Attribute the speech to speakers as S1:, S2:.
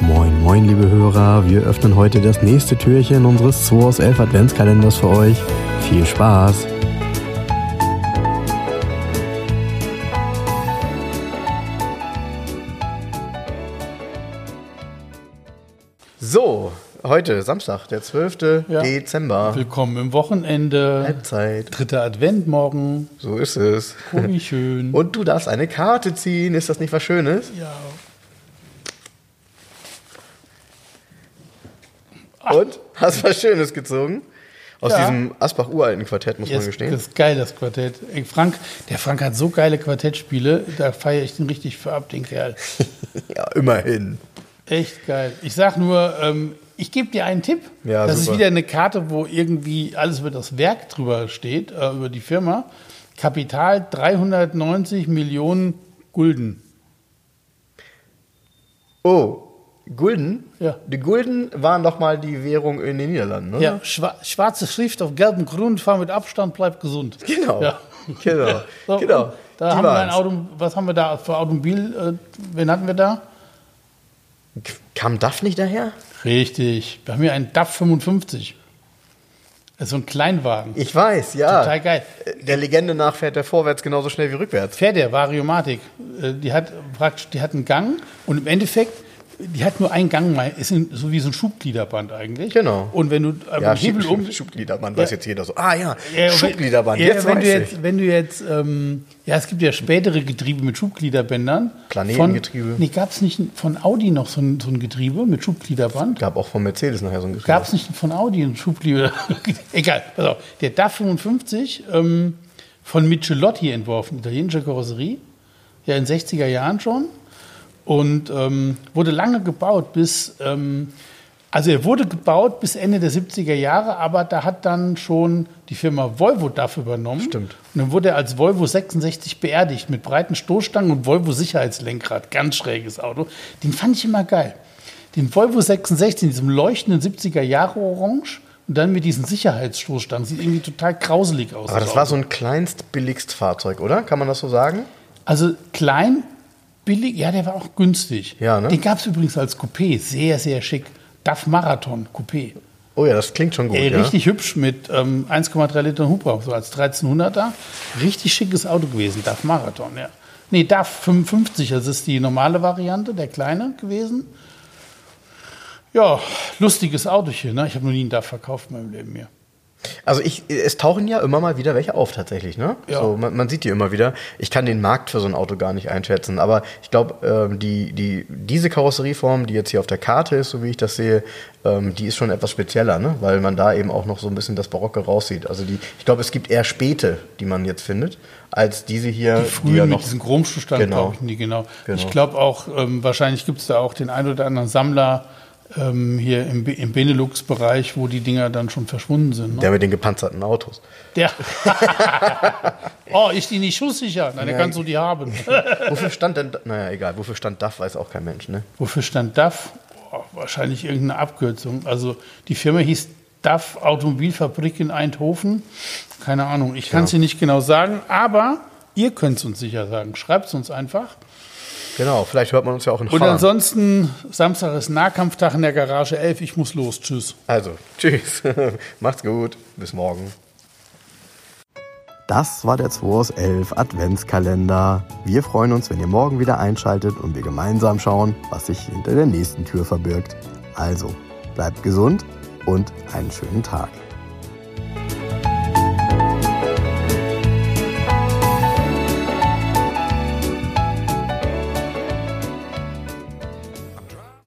S1: Moin, moin, liebe Hörer. Wir öffnen heute das nächste Türchen unseres 2 aus 11 Adventskalenders für euch. Viel Spaß! So, heute Samstag, der 12.
S2: Ja.
S1: Dezember.
S2: Willkommen im Wochenende.
S1: Halbzeit.
S2: Dritter Advent morgen.
S1: So ist es.
S2: Oh, wie schön.
S1: Und du darfst eine Karte ziehen. Ist das nicht was Schönes?
S2: ja.
S1: Und? Hast was Schönes gezogen? Aus
S2: Ja.
S1: diesem Asbach-Uralten Quartett, muss
S2: Ja,
S1: man
S2: ist,
S1: gestehen.
S2: ist geil, das Quartett. Ey, Frank, der Frank hat so geile Quartettspiele, da feiere ich den richtig für ab, den Kerl.
S1: Ja, immerhin.
S2: Echt geil. Ich sag nur, ähm, ich gebe dir einen Tipp.
S1: Ja,
S2: das
S1: super.
S2: ist wieder eine Karte, wo irgendwie alles über das Werk drüber steht, äh, über die Firma. Kapital 390 Millionen Gulden.
S1: Oh, Gulden?
S2: Ja.
S1: Die Gulden waren doch mal die Währung in den Niederlanden, ne?
S2: Ja, schwa schwarze Schrift auf gelbem Grund, fahr mit Abstand, bleib gesund.
S1: Genau.
S2: Ja.
S1: Genau.
S2: So,
S1: genau.
S2: und Da
S1: Die
S2: haben wir ein
S1: waren's.
S2: Auto, was haben wir da für Automobil, äh, wen hatten wir da?
S1: Kam DAF nicht daher?
S2: Richtig. Wir haben hier einen DAF 55. Das ist so ein Kleinwagen.
S1: Ich weiß, ja. Äh,
S2: Total geil.
S1: Der Legende nach fährt der vorwärts genauso schnell wie rückwärts.
S2: Fährt der Variomatik. Äh, Die hat praktisch, die hat einen Gang und im Endeffekt, die hat nur einen Gang, mein- ist ein- so wie so ein Schubgliederband eigentlich.
S1: Genau.
S2: Und wenn du am
S1: Ja,
S2: Hebel um.
S1: Schubgliederband,
S2: Ja.
S1: weiß jetzt jeder so. Ah ja,
S2: Ja, wenn-
S1: Schubgliederband,
S2: ja,
S1: jetzt
S2: wenn
S1: weiß
S2: du jetzt,
S1: ich.
S2: Wenn du jetzt, ähm, ja, es gibt ja spätere Getriebe mit Schubgliederbändern.
S1: Planetengetriebe.
S2: Von- Nee, gab es nicht von Audi noch so ein, so ein Getriebe mit Schubgliederband?
S1: Gab auch von Mercedes nachher so ein Gefühl.
S2: Gab es nicht von Audi einen Schubkleber? Egal, pass auf. Der DAF 55 ähm, von Michelotti entworfen, italienische Karosserie, ja in 60er Jahren schon. Und ähm, wurde lange gebaut bis, ähm, also er wurde gebaut bis Ende der 70er Jahre, aber da hat dann schon die Firma Volvo DAF übernommen.
S1: Stimmt.
S2: Und dann wurde er als Volvo 66 beerdigt mit breiten Stoßstangen und Volvo Sicherheitslenkrad. Ganz schräges Auto. Den fand ich immer geil. Den Volvo 66 in diesem leuchtenden 70er Jahre Orange und dann mit diesen Sicherheitsstoßstangen. Sieht irgendwie total grauselig aus.
S1: Aber das
S2: Auto.
S1: war so ein kleinstbilligst Fahrzeug, oder? Kann man das so sagen?
S2: Also klein, billig, ja, der war auch günstig.
S1: Ja, ne?
S2: Den gab es übrigens als Coupé. Sehr, sehr schick. DAF Marathon Coupé.
S1: Oh ja, das klingt schon gut.
S2: Ey,
S1: ja.
S2: richtig hübsch mit ähm, 1,3 Litern Hubraum, so als 1300er. Richtig schickes Auto gewesen, DAF Marathon, ja. Nee, DAF 55, das ist die normale Variante, der kleine gewesen. Ja, lustiges Autochen, ne? Ich habe noch nie einen DAF verkauft in meinem Leben hier.
S1: Also ich, es tauchen ja immer mal wieder welche auf tatsächlich, ne?
S2: Ja.
S1: So, man, man sieht die immer wieder. Ich kann den Markt für so ein Auto gar nicht einschätzen, aber ich glaube, ähm, die, die, diese Karosserieform, die jetzt hier auf der Karte ist, so wie ich das sehe, ähm, die ist schon etwas spezieller, ne? Weil man da eben auch noch so ein bisschen das Barocke raussieht. Also die, ich glaube, es gibt eher Späte, die man jetzt findet, als diese hier.
S2: Die frühen
S1: ja
S2: mit
S1: noch,
S2: diesem Chromzustand,
S1: Genau.
S2: glaube ich, nie genau.
S1: Genau.
S2: Ich glaube auch, ähm, wahrscheinlich gibt es da auch den ein oder anderen Sammler ähm, hier im, Be- im Benelux-Bereich, wo die Dinger dann schon verschwunden sind. Ne?
S1: der mit den gepanzerten Autos.
S2: Der. oh, ist die nicht schusssicher? Nein, der kann so die haben.
S1: Wofür stand denn, naja, egal, wofür stand DAF, weiß auch kein Mensch, ne?
S2: Wofür stand DAF? Boah, wahrscheinlich irgendeine Abkürzung. Also die Firma hieß DAF Automobilfabrik in Eindhoven. Keine Ahnung, ich kann es dir nicht genau sagen, aber ihr könnt es uns sicher sagen. Schreibt es uns einfach.
S1: Genau, vielleicht hört man uns ja auch in
S2: Und
S1: Fahren.
S2: ansonsten, Samstag ist Nahkampftag in der Garage 11. Ich muss los. Tschüss.
S1: Also, tschüss. Macht's gut. Bis morgen.
S3: Das war der 2 aus 11 Adventskalender. Wir freuen uns, wenn ihr morgen wieder einschaltet und wir gemeinsam schauen, was sich hinter der nächsten Tür verbirgt. Also, bleibt gesund und einen schönen Tag.